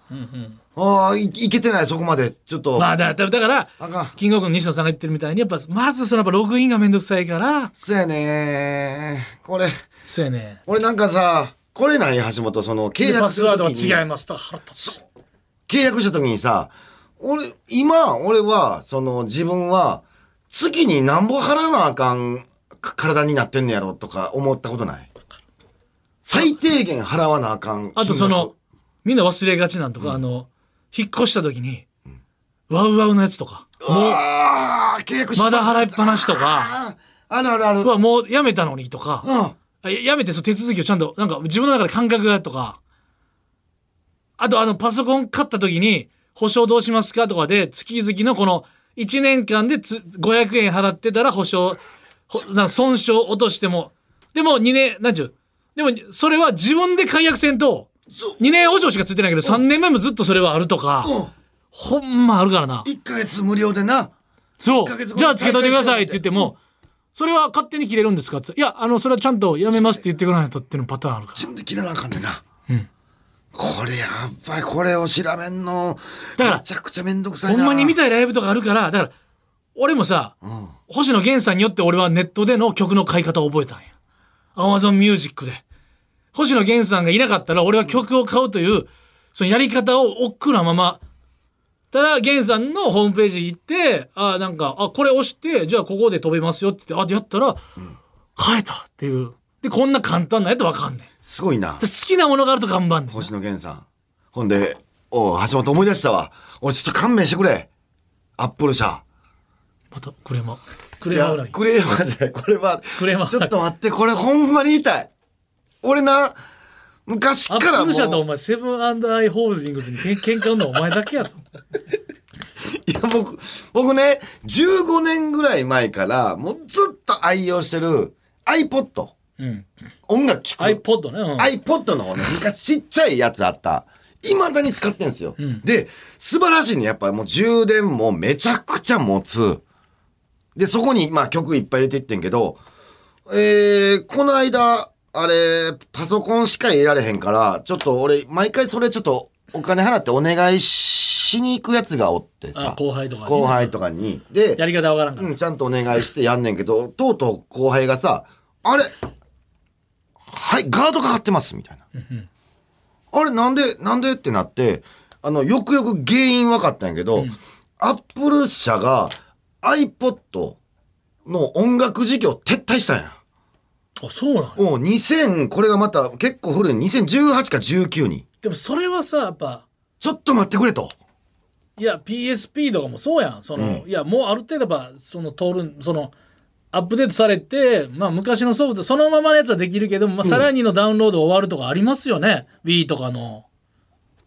[SPEAKER 3] ああ、いいけてない、そこまで。ちょっと。
[SPEAKER 4] まあだ、だだから
[SPEAKER 3] あかん、
[SPEAKER 4] キングオブコント西野さんが言ってるみたいに、やっぱ、まずそのやっぱログインがめんどくさいから、
[SPEAKER 3] そうやねこれ、
[SPEAKER 4] そうやね。
[SPEAKER 3] 俺なんかさ、これない橋本、その、契
[SPEAKER 4] でパ
[SPEAKER 3] 約す
[SPEAKER 4] ス
[SPEAKER 3] る
[SPEAKER 4] ワー
[SPEAKER 3] と
[SPEAKER 4] ドは
[SPEAKER 3] きに。
[SPEAKER 4] 違いますとか腹立つ。
[SPEAKER 3] 契約した時にさ、俺、今、俺は、その、自分は、月に何ぼ払わなあかんか体になってんねやろとか思ったことない。最低限払わなあかん。
[SPEAKER 4] あとその、みんな忘れがちなんとか、あの、引っ越した時に、ワウワウのやつとか、
[SPEAKER 3] 金額、もうわー、契約し
[SPEAKER 4] まだ払いっ
[SPEAKER 3] ぱ
[SPEAKER 4] ぱなしとか、
[SPEAKER 3] ああるあるある。
[SPEAKER 4] うわ、もうやめたのにとか、
[SPEAKER 3] うん。
[SPEAKER 4] あややめてそう手続きをちゃんと、なんか自分の中で感覚がとか、あとあのパソコン買った時に、保証どうしますかとかで、月々のこの1年間でつ500円払ってたら保証、ほな損傷落としても、でも2年、なんちゅう、でもそれは自分で解約せんと、
[SPEAKER 3] そう。
[SPEAKER 4] 2年保証しかついてないけど、3年目もずっとそれはあるとか、
[SPEAKER 3] うん。
[SPEAKER 4] ほんまあるからな。
[SPEAKER 3] 1ヶ月無料でな。
[SPEAKER 4] そ
[SPEAKER 3] ヶ月
[SPEAKER 4] う。
[SPEAKER 3] 後
[SPEAKER 4] じゃあつけといてくださいって言っても、それは勝手に切れるんですかって。いや、あの、それはちゃんとやめますって言ってくれないとっていうのパターンあるから。
[SPEAKER 3] 自分で切らなあかんねんな。これやばい、これを調べんの。
[SPEAKER 4] だから
[SPEAKER 3] めちゃくちゃめんどくさい
[SPEAKER 4] ほ
[SPEAKER 3] な。
[SPEAKER 4] んまに見たいライブとかあるから、だから、俺もさ、
[SPEAKER 3] ん
[SPEAKER 4] 星野源さんによって俺はネットでの曲の買い方を覚えたんや。Amazon Music で。星野源さんがいなかったら俺は曲を買うという、そのやり方を億劫なまま。ただ、源さんのホームページ行って、あ、なんか、あ、これ押して、じゃあここで飛べますよって言って、あ、やったら、買えたっていう。で、こんな簡単なやつわかんねん。
[SPEAKER 3] すごいな
[SPEAKER 4] で。好きなものがあると頑張んねん。
[SPEAKER 3] 星野源さん。ほんで、おう、橋本思い出したわ。俺ちょっと勘弁してくれ。アップル社。
[SPEAKER 4] また、クレマ。ク
[SPEAKER 3] い
[SPEAKER 4] レマ
[SPEAKER 3] や
[SPEAKER 4] 占い。
[SPEAKER 3] クレーマーじゃない。これは、
[SPEAKER 4] クレーマー
[SPEAKER 3] ちょっと待って、これほんまに言いたい。俺な、昔
[SPEAKER 4] ア
[SPEAKER 3] か
[SPEAKER 4] ッ
[SPEAKER 3] らも
[SPEAKER 4] プル社とお
[SPEAKER 3] う、
[SPEAKER 4] 前、セブンアンダーアイ・ホールディングスにけん喧嘩売んのお前だけ
[SPEAKER 3] (laughs)
[SPEAKER 4] やぞ。
[SPEAKER 3] いや僕、僕ね、15年ぐらい前から、もうずっと愛用してる iPod。
[SPEAKER 4] うん。
[SPEAKER 3] 音楽聴く。
[SPEAKER 4] iPod ね。うん、
[SPEAKER 3] iPod のね、昔ちっちゃいやつあった。未だに使ってんですよ。で、素晴らしいね。やっぱもう充電もめちゃくちゃ持つ。で、そこに、まあ曲いっぱい入れていってんけど、えー、この間、あれ、パソコンしか入れられへんから、ちょっと俺、毎回それちょっとお金払ってお願いしに行くやつがおってさ
[SPEAKER 4] あ。後輩とかに
[SPEAKER 3] 後輩とかに。で、
[SPEAKER 4] やり方わからんから。
[SPEAKER 3] うん、ちゃんとお願いしてやんねんけど、とうとう後輩がさ、あれ、はい、ガードかかってます、みたいな。あれ、なんで、なんでってなって、あの、よくよく原因分かったんやけど、アップル社が iPod の音楽事業を撤退したんや。
[SPEAKER 4] あ、そうなの
[SPEAKER 3] もう2000、これがまた結構古い、2018か19に。
[SPEAKER 4] でもそれはさ、やっぱ、
[SPEAKER 3] ちょっと待ってくれと。
[SPEAKER 4] いや、PSP とかもそうやん。その、いや、もうある程度やっぱ、その、通る、その、アップデートされて、まあ、昔のソフト、そのままのやつはできるけど、まあ、さらにのダウンロード終わるとかありますよね。Wii とかの。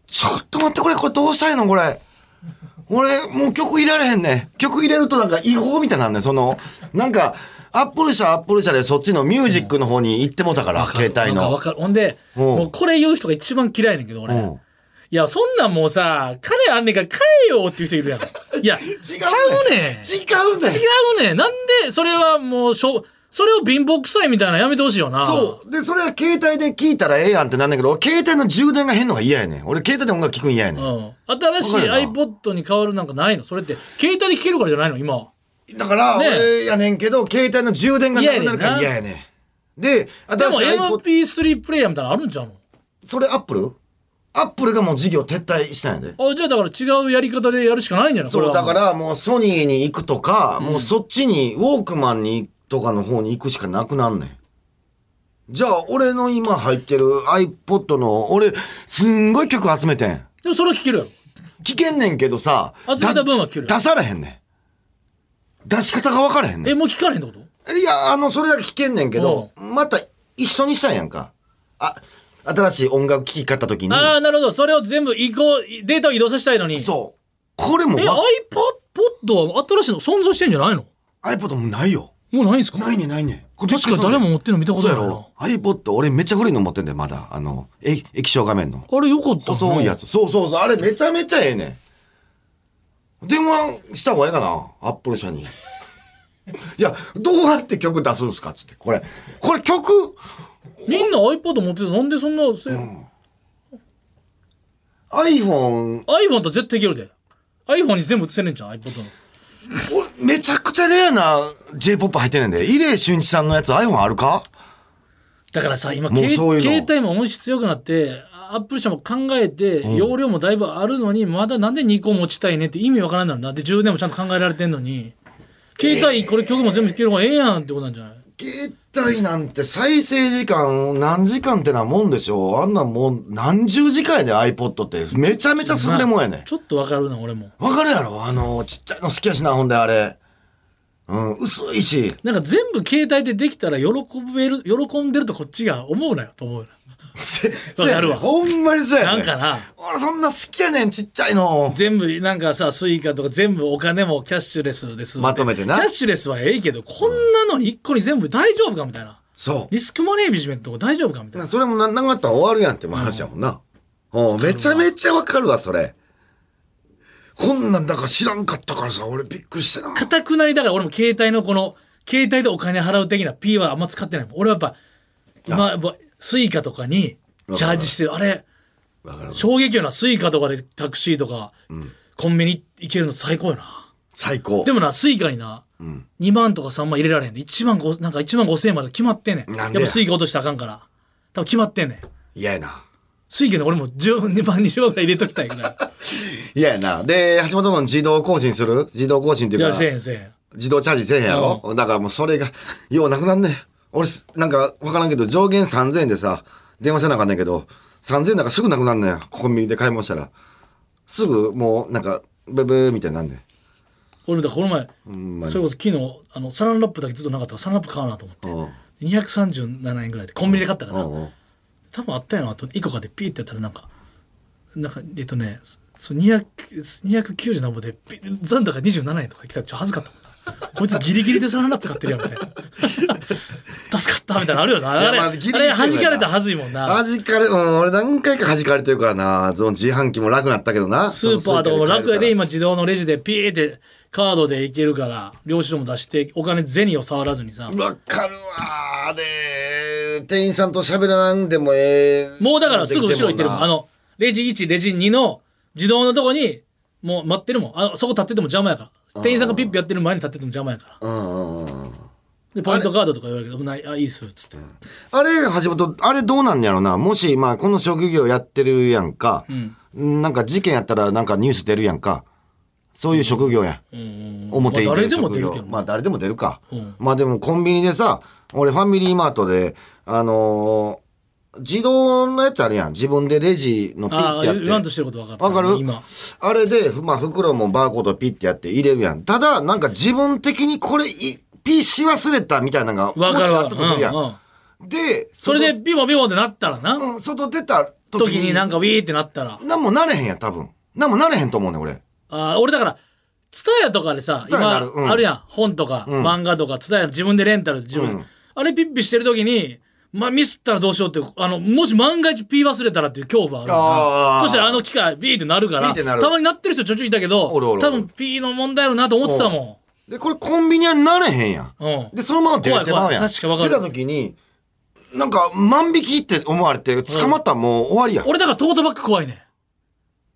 [SPEAKER 3] ちょっと待って、これ、これどうしたいのこれ。俺、もう曲入れられへんねん。曲入れるとなんか違法みたいなんねんその、なんか、アップル社、アップル社でそっちのミュージックの方に行ってもうたから、携帯
[SPEAKER 4] なんか
[SPEAKER 3] の
[SPEAKER 4] わ。かる。ほんで、
[SPEAKER 3] うん
[SPEAKER 4] もうこれ言う人が一番嫌いねんけど、俺。
[SPEAKER 3] うん
[SPEAKER 4] いや、そんなんもうさ、金あんねんから買えよっていう人 (laughs) いるやん。いや、ちゃうねん。
[SPEAKER 3] 違うねん。
[SPEAKER 4] 違うねん。なんで、それはもう、しょ、それを貧乏臭いみたいなのやめてほしいよな。
[SPEAKER 3] そう。で、それは携帯で聞いたらええやんってなんだけど、俺携帯の充電が変のが嫌やねん。俺携帯で音楽聞くん嫌やねん。
[SPEAKER 4] うん。新しい
[SPEAKER 3] わかるな
[SPEAKER 4] iPod に変わるなんかないのそれって、携帯で聞けるからじゃないの今。
[SPEAKER 3] だから、
[SPEAKER 4] ねえ
[SPEAKER 3] 俺やねんけど、携帯の充電がなくなるから嫌やねん。で、
[SPEAKER 4] でも
[SPEAKER 3] 私、iPod
[SPEAKER 4] MP3 プレイヤーみたいなのあるんちゃう
[SPEAKER 3] それアップルアップルがもう事業撤退したんやで。
[SPEAKER 4] のあ、じゃあだから違うやり方でやるしかないんじゃない。
[SPEAKER 3] そう、だかららもうソニーに行くとか、もうそっちに、ウォークマンにとかの方に行くしかなくなんねん。じゃあ、俺の今入ってる iPod の、俺、すんごい曲集めてん。
[SPEAKER 4] でもそれは聞けるやろ。
[SPEAKER 3] 聞けんねんけどさ、
[SPEAKER 4] 集めた分は聞け
[SPEAKER 3] 出
[SPEAKER 4] る
[SPEAKER 3] されへんねん。出し方が分からへんね
[SPEAKER 4] え、もう聞かれへんってこと
[SPEAKER 3] ん。いや、あの、それだけ聞けんねんけど、また一緒にしたんやんか。あ、新しい音楽聴き買った時に、
[SPEAKER 4] ああ、なるほど。それを全部移行、データを移動させたいのに。
[SPEAKER 3] そう。これも
[SPEAKER 4] え、
[SPEAKER 3] わ
[SPEAKER 4] iPod は新しいの存在してんじゃないの
[SPEAKER 3] iPod もないよ。
[SPEAKER 4] もうないんすか
[SPEAKER 3] ないねんないねん。これびっく
[SPEAKER 4] 確
[SPEAKER 3] り
[SPEAKER 4] か
[SPEAKER 3] す
[SPEAKER 4] に
[SPEAKER 3] んねん
[SPEAKER 4] 誰も持ってんの見たこ
[SPEAKER 3] そ
[SPEAKER 4] と
[SPEAKER 3] う
[SPEAKER 4] な
[SPEAKER 3] や
[SPEAKER 4] いな
[SPEAKER 3] ろ iPod 俺めっちゃ古いの持ってんだよまだあのえ液晶画面の
[SPEAKER 4] あれよかったな
[SPEAKER 3] 細いやつそうそうそうあれめちゃめちゃええねん電話した方がええかなアップル社に (laughs) いやどうやって曲出すんすかっつってこれこれ曲
[SPEAKER 4] みんな iPod 持っててなんでそんな、せ
[SPEAKER 3] iPhone
[SPEAKER 4] iPhone と絶対いけるで iPhone に全部映せねえんじゃん iPod の
[SPEAKER 3] 俺めちゃくちゃレアな J-POP 入ってんねんで入江俊一さんのやつ iPhone あるか
[SPEAKER 4] だからさ今
[SPEAKER 3] もう
[SPEAKER 4] けい
[SPEAKER 3] そういうの
[SPEAKER 4] 携帯も音質強くなってアップル社も考えて、容量もだいぶあるのにまだなんで2個持ちたいねって意味わからんだろうなで充電もちゃんと考えられてんのに携帯これ曲も全部弾ける方がええやんってことなんじゃない
[SPEAKER 3] 携帯なんて再生時間何時間ってなもんでしょあんなんもう何十時間やで iPod ってめちゃめちゃ優れもんやねん
[SPEAKER 4] ちょっとわかるな俺も
[SPEAKER 3] わかるやろあの、ちっちゃいの好きやしな、ほんであれ。うん、薄いし。
[SPEAKER 4] なんか全部携帯でできたら喜べる喜んでるとこっちが思うなよと思う
[SPEAKER 3] せ
[SPEAKER 4] わかる
[SPEAKER 3] せやねん
[SPEAKER 4] わ
[SPEAKER 3] ほんまにそうや
[SPEAKER 4] な
[SPEAKER 3] ね
[SPEAKER 4] なんかな
[SPEAKER 3] 俺そんな好きやねん、ちっちゃいの。
[SPEAKER 4] 全部なんかさスイカとか全部お金もキャッシュレスです
[SPEAKER 3] まとめてな
[SPEAKER 4] キャッシュレスはええけどこんなのに一個に全部大丈夫かみたいな
[SPEAKER 3] そう。
[SPEAKER 4] リスクマネージメントとか大丈夫かみたいな
[SPEAKER 3] それもな、なかったら終わるやんってもう話やもんな。おうめちゃめちゃわかるわ、それ。こんなんだから知らんかったからさ、俺びっくりしてな。
[SPEAKER 4] かたくなりだから俺も携帯のこの携帯でお金払う的な P はあんま使ってないもん俺はやっぱ今やっぱスイカとかにチャージしてあれ
[SPEAKER 3] わかるわ
[SPEAKER 4] 衝撃よなスイカとかでタクシーとか、コンビニ行けるの最高よな
[SPEAKER 3] 最高
[SPEAKER 4] でもな、スイカにな、
[SPEAKER 3] ん
[SPEAKER 4] 2万とか3万入れられへんね。1万5、なんか1万5千円まで決まってんねん。
[SPEAKER 3] な
[SPEAKER 4] や
[SPEAKER 3] ん
[SPEAKER 4] っ
[SPEAKER 3] でや
[SPEAKER 4] ぱスイカ落としたらあかんから。多分決まってんねん。
[SPEAKER 3] 嫌やな
[SPEAKER 4] スイカで俺も12万、20万ぐらい入れときたいぐら (laughs) い。
[SPEAKER 3] 嫌やなで橋本の自動更新する自動更新って
[SPEAKER 4] い
[SPEAKER 3] いう
[SPEAKER 4] や、
[SPEAKER 3] か
[SPEAKER 4] せえへんせえへん。
[SPEAKER 3] 自動チャージせえへんやろ、だからもうそれがようなくなんねん俺すなんかわからんけど上限3000円でさ電話せなあかんねんけど3000円なんかすぐなくなんねんコンビニで買い物したらすぐもうなんかブブーみたいになんねん
[SPEAKER 4] 俺だからこの前、
[SPEAKER 3] んまに
[SPEAKER 4] それこそ昨日あのサランラップだけずっとなかったからサランラップ買おうなと思って
[SPEAKER 3] うん
[SPEAKER 4] 237円ぐらいでコンビニで買ったか
[SPEAKER 3] う
[SPEAKER 4] ら、
[SPEAKER 3] んうん
[SPEAKER 4] 多分あったよなと1個買ってピーってやったらなんかなんかえっとねそ200 290何ぼでピ残高27円とか来たらちょっと恥ずかったもんなこいつギリギリでサランラップ買ってるやんみたいな助かったみたいなのあるよなあ
[SPEAKER 3] い
[SPEAKER 4] れ
[SPEAKER 3] やま
[SPEAKER 4] あ
[SPEAKER 3] あギリギリ
[SPEAKER 4] れ弾かれたらはずいもんな
[SPEAKER 3] 弾かれ、うん、俺何回か弾かれてるからな。その自販機も楽になったけどな。
[SPEAKER 4] スーパーとかも楽やで
[SPEAKER 3] 今。
[SPEAKER 4] 今自動のレジでピーってカードでいけるから領収書も出してお金銭を触らずにさ
[SPEAKER 3] わかるわあれ、店員さんと喋らなんでもええ。
[SPEAKER 4] もうだからすぐ後ろ行ってるもん。
[SPEAKER 3] でき
[SPEAKER 4] あの、レジ1、レジ2の自動のとこに、もう待ってるもん。あのそこ立ってても邪魔やから。店員さんがピッピやってる前に立ってても邪魔やから。
[SPEAKER 3] うんうんうん。
[SPEAKER 4] で、ポイントカードとか言われるけど、ない、あ、いいっす、つって。
[SPEAKER 3] あれ、橋本、あれどうなんやろな。もし、まあ、この職業やってるやんか。なんか事件やったら、なんかニュース出るやんか。そういう職業やん。表に出る
[SPEAKER 4] まあ誰でも
[SPEAKER 3] 職
[SPEAKER 4] 出る
[SPEAKER 3] 業
[SPEAKER 4] けど。
[SPEAKER 3] まあ、誰でも出るか。
[SPEAKER 4] うん
[SPEAKER 3] まあ、でもコンビニでさ、俺ファミリーマートで、あのー自動のやつあるやん。自分でレジのピッて
[SPEAKER 4] ああ、
[SPEAKER 3] やっ
[SPEAKER 4] 言わん
[SPEAKER 3] て
[SPEAKER 4] と。してること分かる。
[SPEAKER 3] わかる
[SPEAKER 4] 今。
[SPEAKER 3] あれで、ふまあ、袋もバーコードピッてやって入れるやん。ただ、なんか自分的にこれい、ピーし忘れたみたいなのが、
[SPEAKER 4] 分か
[SPEAKER 3] もし
[SPEAKER 4] る
[SPEAKER 3] あ
[SPEAKER 4] わ
[SPEAKER 3] った
[SPEAKER 4] か
[SPEAKER 3] とする
[SPEAKER 4] る。
[SPEAKER 3] や
[SPEAKER 4] うんうん
[SPEAKER 3] ん。で、
[SPEAKER 4] それでビボビボってなったらな。
[SPEAKER 3] うん、外出た時
[SPEAKER 4] 時
[SPEAKER 3] に
[SPEAKER 4] になんかウィーってなったら。
[SPEAKER 3] 何もなれへんやん多分何もなれへんと思うねん俺
[SPEAKER 4] あー俺だから、ツタヤとかでさ、
[SPEAKER 3] ツタヤ
[SPEAKER 4] 今、
[SPEAKER 3] なるうん
[SPEAKER 4] あるやん。本とか、
[SPEAKER 3] ん
[SPEAKER 4] 漫画とか、ツタヤ自分でレンタル、自分、
[SPEAKER 3] うん
[SPEAKER 4] あれピッピしてる時に、まあ、ミスったらどうしようっていう、あの、もし万が一ピー忘れたらっていう恐怖はあ
[SPEAKER 3] あー
[SPEAKER 4] るよなそしたらあの機械ビーってなるから、
[SPEAKER 3] ビーってなる
[SPEAKER 4] たまになってる人ちょいちょいいたけど、
[SPEAKER 3] おるおるおる
[SPEAKER 4] 多分ピーの問題やろなと思ってたも
[SPEAKER 3] でこれコンビニはなれへんやん
[SPEAKER 4] ん。うん。
[SPEAKER 3] でそのまま出てまうやん
[SPEAKER 4] 怖い怖い確かわかる
[SPEAKER 3] 出た時になんか万引きって思われて捕まったらもう終わりや、
[SPEAKER 4] 俺だからトートバッグ怖いねん。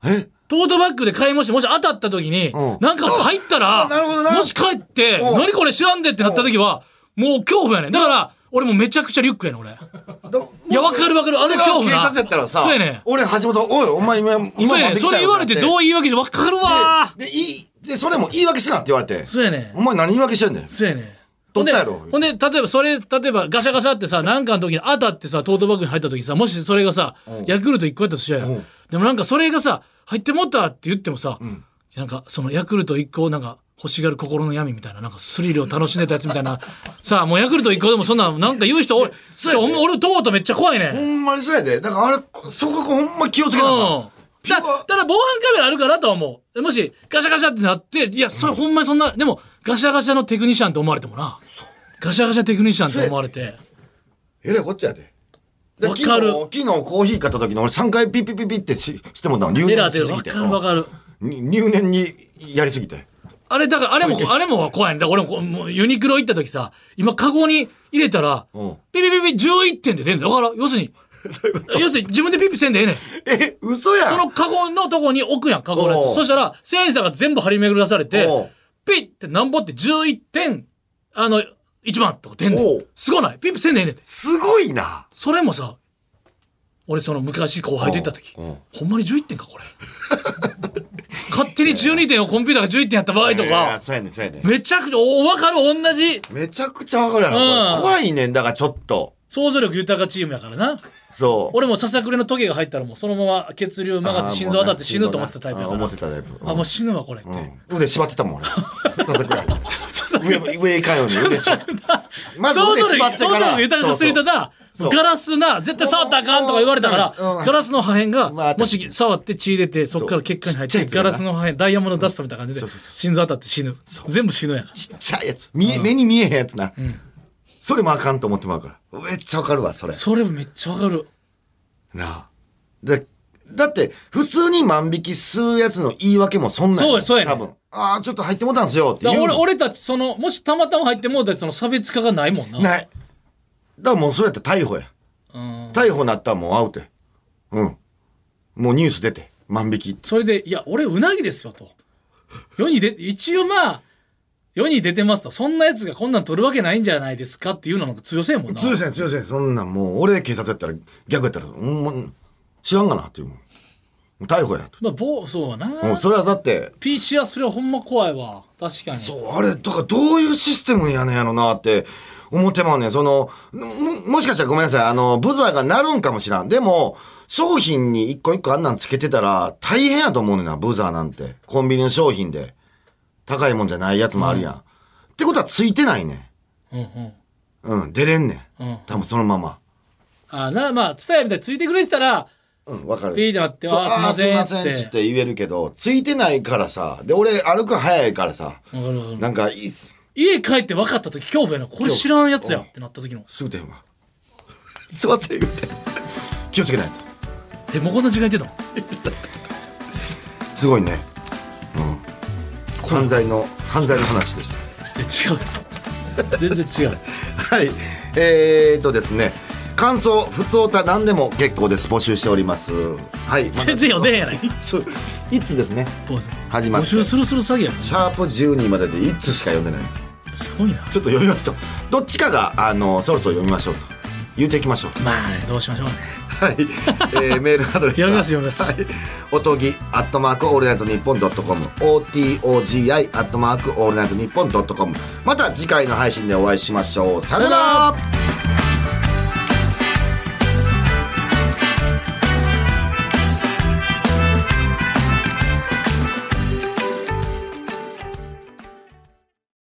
[SPEAKER 3] え
[SPEAKER 4] トートバッグで買い物して、もし当たった時に
[SPEAKER 3] うん、
[SPEAKER 4] なんか入った
[SPEAKER 3] あなるほど
[SPEAKER 4] ら、
[SPEAKER 3] な
[SPEAKER 4] もし帰って、
[SPEAKER 3] うん
[SPEAKER 4] 何これ知らんでってなった時は、もう恐怖やねん。だから、俺もうめちゃくちゃリュックやねん、俺。いやわかるわかるあの
[SPEAKER 3] 俺が
[SPEAKER 4] 恐怖な
[SPEAKER 3] 警察やったらさ
[SPEAKER 4] そうやねん
[SPEAKER 3] 俺橋本おいお前今今
[SPEAKER 4] そう
[SPEAKER 3] 万
[SPEAKER 4] やね
[SPEAKER 3] 引
[SPEAKER 4] ん
[SPEAKER 3] きし
[SPEAKER 4] そ
[SPEAKER 3] た
[SPEAKER 4] れ言われてどう
[SPEAKER 3] う
[SPEAKER 4] 言い訳してわかるわー
[SPEAKER 3] でいいでそれも言い訳すなって言われて
[SPEAKER 4] そうやねん
[SPEAKER 3] お前何言い訳してんねん
[SPEAKER 4] そうやねん
[SPEAKER 3] 取ったやろ
[SPEAKER 4] ほんでほんで例えばそれ例えばガシャガシャってさなんかの時に当たってさトートバッグに入った時さもしそれがさヤクルト1個やったとしようや
[SPEAKER 3] うん
[SPEAKER 4] でもなんかそれがさ入ってもったって言ってもさ、なんかそのヤクルト1個をなんか欲しがる心の闇みたいななんかスリルを楽しんでたやつみたいなさあもうヤクルト1個でもそんななんか言う人おい
[SPEAKER 3] そうやね
[SPEAKER 4] ちょ俺トートめっちゃ怖いねん
[SPEAKER 3] ほんまにそうやでだからあれそこほんま気をつけなあかん
[SPEAKER 4] うん。だ
[SPEAKER 3] ピュア
[SPEAKER 4] ただ防犯カメラあるからとは思う。もしガシャガシャってなって、いや、それほんまにそんな、でもガシャガシャのテクニシャンと思われてもな。ガシャガシャテクニシャンと思われて。
[SPEAKER 3] えらいこっちゃで。で
[SPEAKER 4] わかる
[SPEAKER 3] 昨日、昨日コーヒー買った時に俺3回ピッピッピッピッってししてもらったの。入
[SPEAKER 4] エラ
[SPEAKER 3] 念
[SPEAKER 4] ー出
[SPEAKER 3] し
[SPEAKER 4] る。
[SPEAKER 3] す
[SPEAKER 4] わ
[SPEAKER 3] ぎて。
[SPEAKER 4] かるわかる。
[SPEAKER 3] うんに入念にやりすぎて。
[SPEAKER 4] あれ、だから、あれも
[SPEAKER 3] 小池、氏
[SPEAKER 4] あれも怖いね。だから俺もこう、もうユニクロ行った時さ、今、カゴに入れたら、
[SPEAKER 3] うん
[SPEAKER 4] ピピピピ11点で出んだよ。だから、要するに、要するに自分でピッピせんでええねん。
[SPEAKER 3] え、嘘やん
[SPEAKER 4] そのカゴのとこに置くやん、カゴの
[SPEAKER 3] お
[SPEAKER 4] や
[SPEAKER 3] う
[SPEAKER 4] つ。そしたら、センサーが全部張り巡らされて
[SPEAKER 3] おう、
[SPEAKER 4] ピッってなんぼって11点、あの、1万とか出んねん
[SPEAKER 3] おう
[SPEAKER 4] すごないピッピせんねんねん。
[SPEAKER 3] すごいな。
[SPEAKER 4] それもさ、俺その昔後輩と行った時、
[SPEAKER 3] おうおう
[SPEAKER 4] ほんまに11点か、これ。 (laughs) 勝手に12点をコンピューターが11点やった場合と
[SPEAKER 3] いやいや
[SPEAKER 4] か、
[SPEAKER 3] そうやねんそうやねん
[SPEAKER 4] めちゃくちゃ、お、わかる同じ
[SPEAKER 3] めちゃくちゃわかるやろこれ
[SPEAKER 4] うん
[SPEAKER 3] 怖いねん、だからちょっと。
[SPEAKER 4] 想像力豊かチームやからな。
[SPEAKER 3] そう。
[SPEAKER 4] 俺もささくれのトゲが入ったらもうそのまま血流曲がって心臓当たって死ぬと思ってたタイプや
[SPEAKER 3] あ
[SPEAKER 4] か
[SPEAKER 3] ー思
[SPEAKER 4] ら
[SPEAKER 3] って。たタイプ。うん
[SPEAKER 4] あ、もう死ぬわ、これって。
[SPEAKER 3] うん腕縛ってたもん、
[SPEAKER 4] (laughs)
[SPEAKER 3] 俺。叩くや上、上かよね、腕
[SPEAKER 4] (laughs)
[SPEAKER 3] 縛って。まず腕縛ってから。
[SPEAKER 4] 想像力豊かするとな
[SPEAKER 3] そうそう
[SPEAKER 4] ガラスな絶対触ったらあかんとか言われたから
[SPEAKER 3] うんうん
[SPEAKER 4] ガラスの破片
[SPEAKER 3] まあ
[SPEAKER 4] がもし触って血出てそこから血管に入っ
[SPEAKER 3] ちっちゃい
[SPEAKER 4] て
[SPEAKER 3] やつが
[SPEAKER 4] ガ
[SPEAKER 3] な
[SPEAKER 4] ラスの破片ダイヤモンドダストみたいな感じで
[SPEAKER 3] そうそうそう
[SPEAKER 4] 心臓当たって死ぬ全部死ぬやん
[SPEAKER 3] ちっちゃいやつ。見え、目に見えへんやつな。それもあかんと思ってもらうから。めっちゃわかるわ、それ。
[SPEAKER 4] それめっちゃわかる
[SPEAKER 3] なあ。で、だって、普通に万引きするやつの言い訳もそんなん
[SPEAKER 4] そうやそうやね
[SPEAKER 3] 多分。ああ、ちょっと入ってもうたんすよって
[SPEAKER 4] だ
[SPEAKER 3] 言
[SPEAKER 4] か
[SPEAKER 3] う
[SPEAKER 4] ら
[SPEAKER 3] の。
[SPEAKER 4] 俺俺たちそのもしたまたま入ってもうたちその差別化がないもんな
[SPEAKER 3] ない。だからもうそれやったら逮捕や。
[SPEAKER 4] うん
[SPEAKER 3] 逮捕なったらもうアウトや。うん。もうニュース出て。万引き。
[SPEAKER 4] それでいや俺うなぎですよと世に出て一応まあ世に出てますとそんなやつがこんなん取るわけないんじゃないですかっていうのが通常性もんな
[SPEAKER 3] 通せん通せんそんなんもう俺警察やったら逆やったら、うん、もう知らんがなっていうもん逮捕やと
[SPEAKER 4] まあ暴走はな
[SPEAKER 3] うんそれはだって
[SPEAKER 4] ピーチはそれはほんま怖いわ確かに
[SPEAKER 3] そうあれだからどういうシステムやねんやろなって思ってまうねんそのももしかしたらごめんなさいあのブザーが鳴るんかもしらんでも商品に一個一個あんなんつけてたら大変やと思うねんなブザーなんてコンビニの商品で高いもんじゃないやつもあるやん、ってことはついてないねん
[SPEAKER 4] うんうん
[SPEAKER 3] うん、出れんねん。
[SPEAKER 4] うん
[SPEAKER 3] 多分そのまま。
[SPEAKER 4] あなまあ伝えみたいについてくれてたら
[SPEAKER 3] うん、わかる。
[SPEAKER 4] ピーってなって
[SPEAKER 3] そう
[SPEAKER 4] あーすいません
[SPEAKER 3] あーすいませんっ
[SPEAKER 4] っ
[SPEAKER 3] つ
[SPEAKER 4] て
[SPEAKER 3] って言えるけど、ついてないからさ、で、俺歩く早いからさ、
[SPEAKER 4] わかるわかる
[SPEAKER 3] なんかい、
[SPEAKER 4] 家帰って分かった時恐怖やなこれ知らんやつやってなった時の
[SPEAKER 3] すぐ電話。すいません、言って。気をつけない
[SPEAKER 4] えもうこんな時間いてたの
[SPEAKER 3] と。すごいね。うん。犯罪の、犯罪の話でした。
[SPEAKER 4] え違う全然 (laughs) 違う
[SPEAKER 3] はい。えーっとですね、感想、普通歌何でも結構です。募集しております。はい。まだ
[SPEAKER 4] 全然読んでへんやない
[SPEAKER 3] いつ、いつですね。
[SPEAKER 4] ポーズ
[SPEAKER 3] 始まっ
[SPEAKER 4] 募
[SPEAKER 3] て
[SPEAKER 4] 集するする詐欺や
[SPEAKER 3] シャープ12まででいつしか読んでないんです。
[SPEAKER 4] なすごいな
[SPEAKER 3] ちょっと読みましょう。どっちかが、あの、そろそろ読みましょうと。言っていきましょう。
[SPEAKER 4] まあどうしましょうね
[SPEAKER 3] はい。
[SPEAKER 4] (laughs)
[SPEAKER 3] えー、メールアドレス
[SPEAKER 4] 読
[SPEAKER 3] は。
[SPEAKER 4] みます読みます
[SPEAKER 3] はい。おとぎ、アットマーク、オールナイトニッポンドットコム。OTOGI、アットマーク、オールナイトニッポンドットコム。また次回の配信でお会いしましょう。さよなら